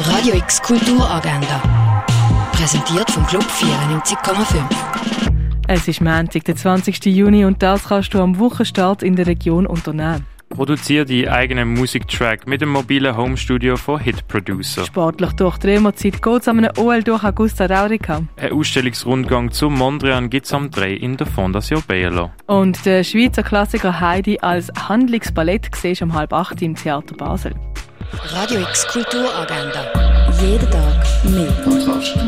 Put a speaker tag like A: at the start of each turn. A: Radio X Kulturagenda. Präsentiert vom Club 94,5.
B: Es ist Montag, der 20. Juni und das kannst du am Wochenstart in der Region unternehmen.
C: Produziere die eigenen Musiktrack mit dem mobilen Homestudio von Hit Producer.
B: Sportlich durch die Remo-Zeit geht es an einem OL durch Augusta Raurica.
C: Ein Ausstellungsrundgang zu Mondrian gibt es am 3 in der Fondation Belo.
B: Und der Schweizer Klassiker Heidi als Handlungsballett siehst du um halb acht im Theater Basel.
A: Radio X Kulturagenda. Jeden Tag mehr. Kontrast.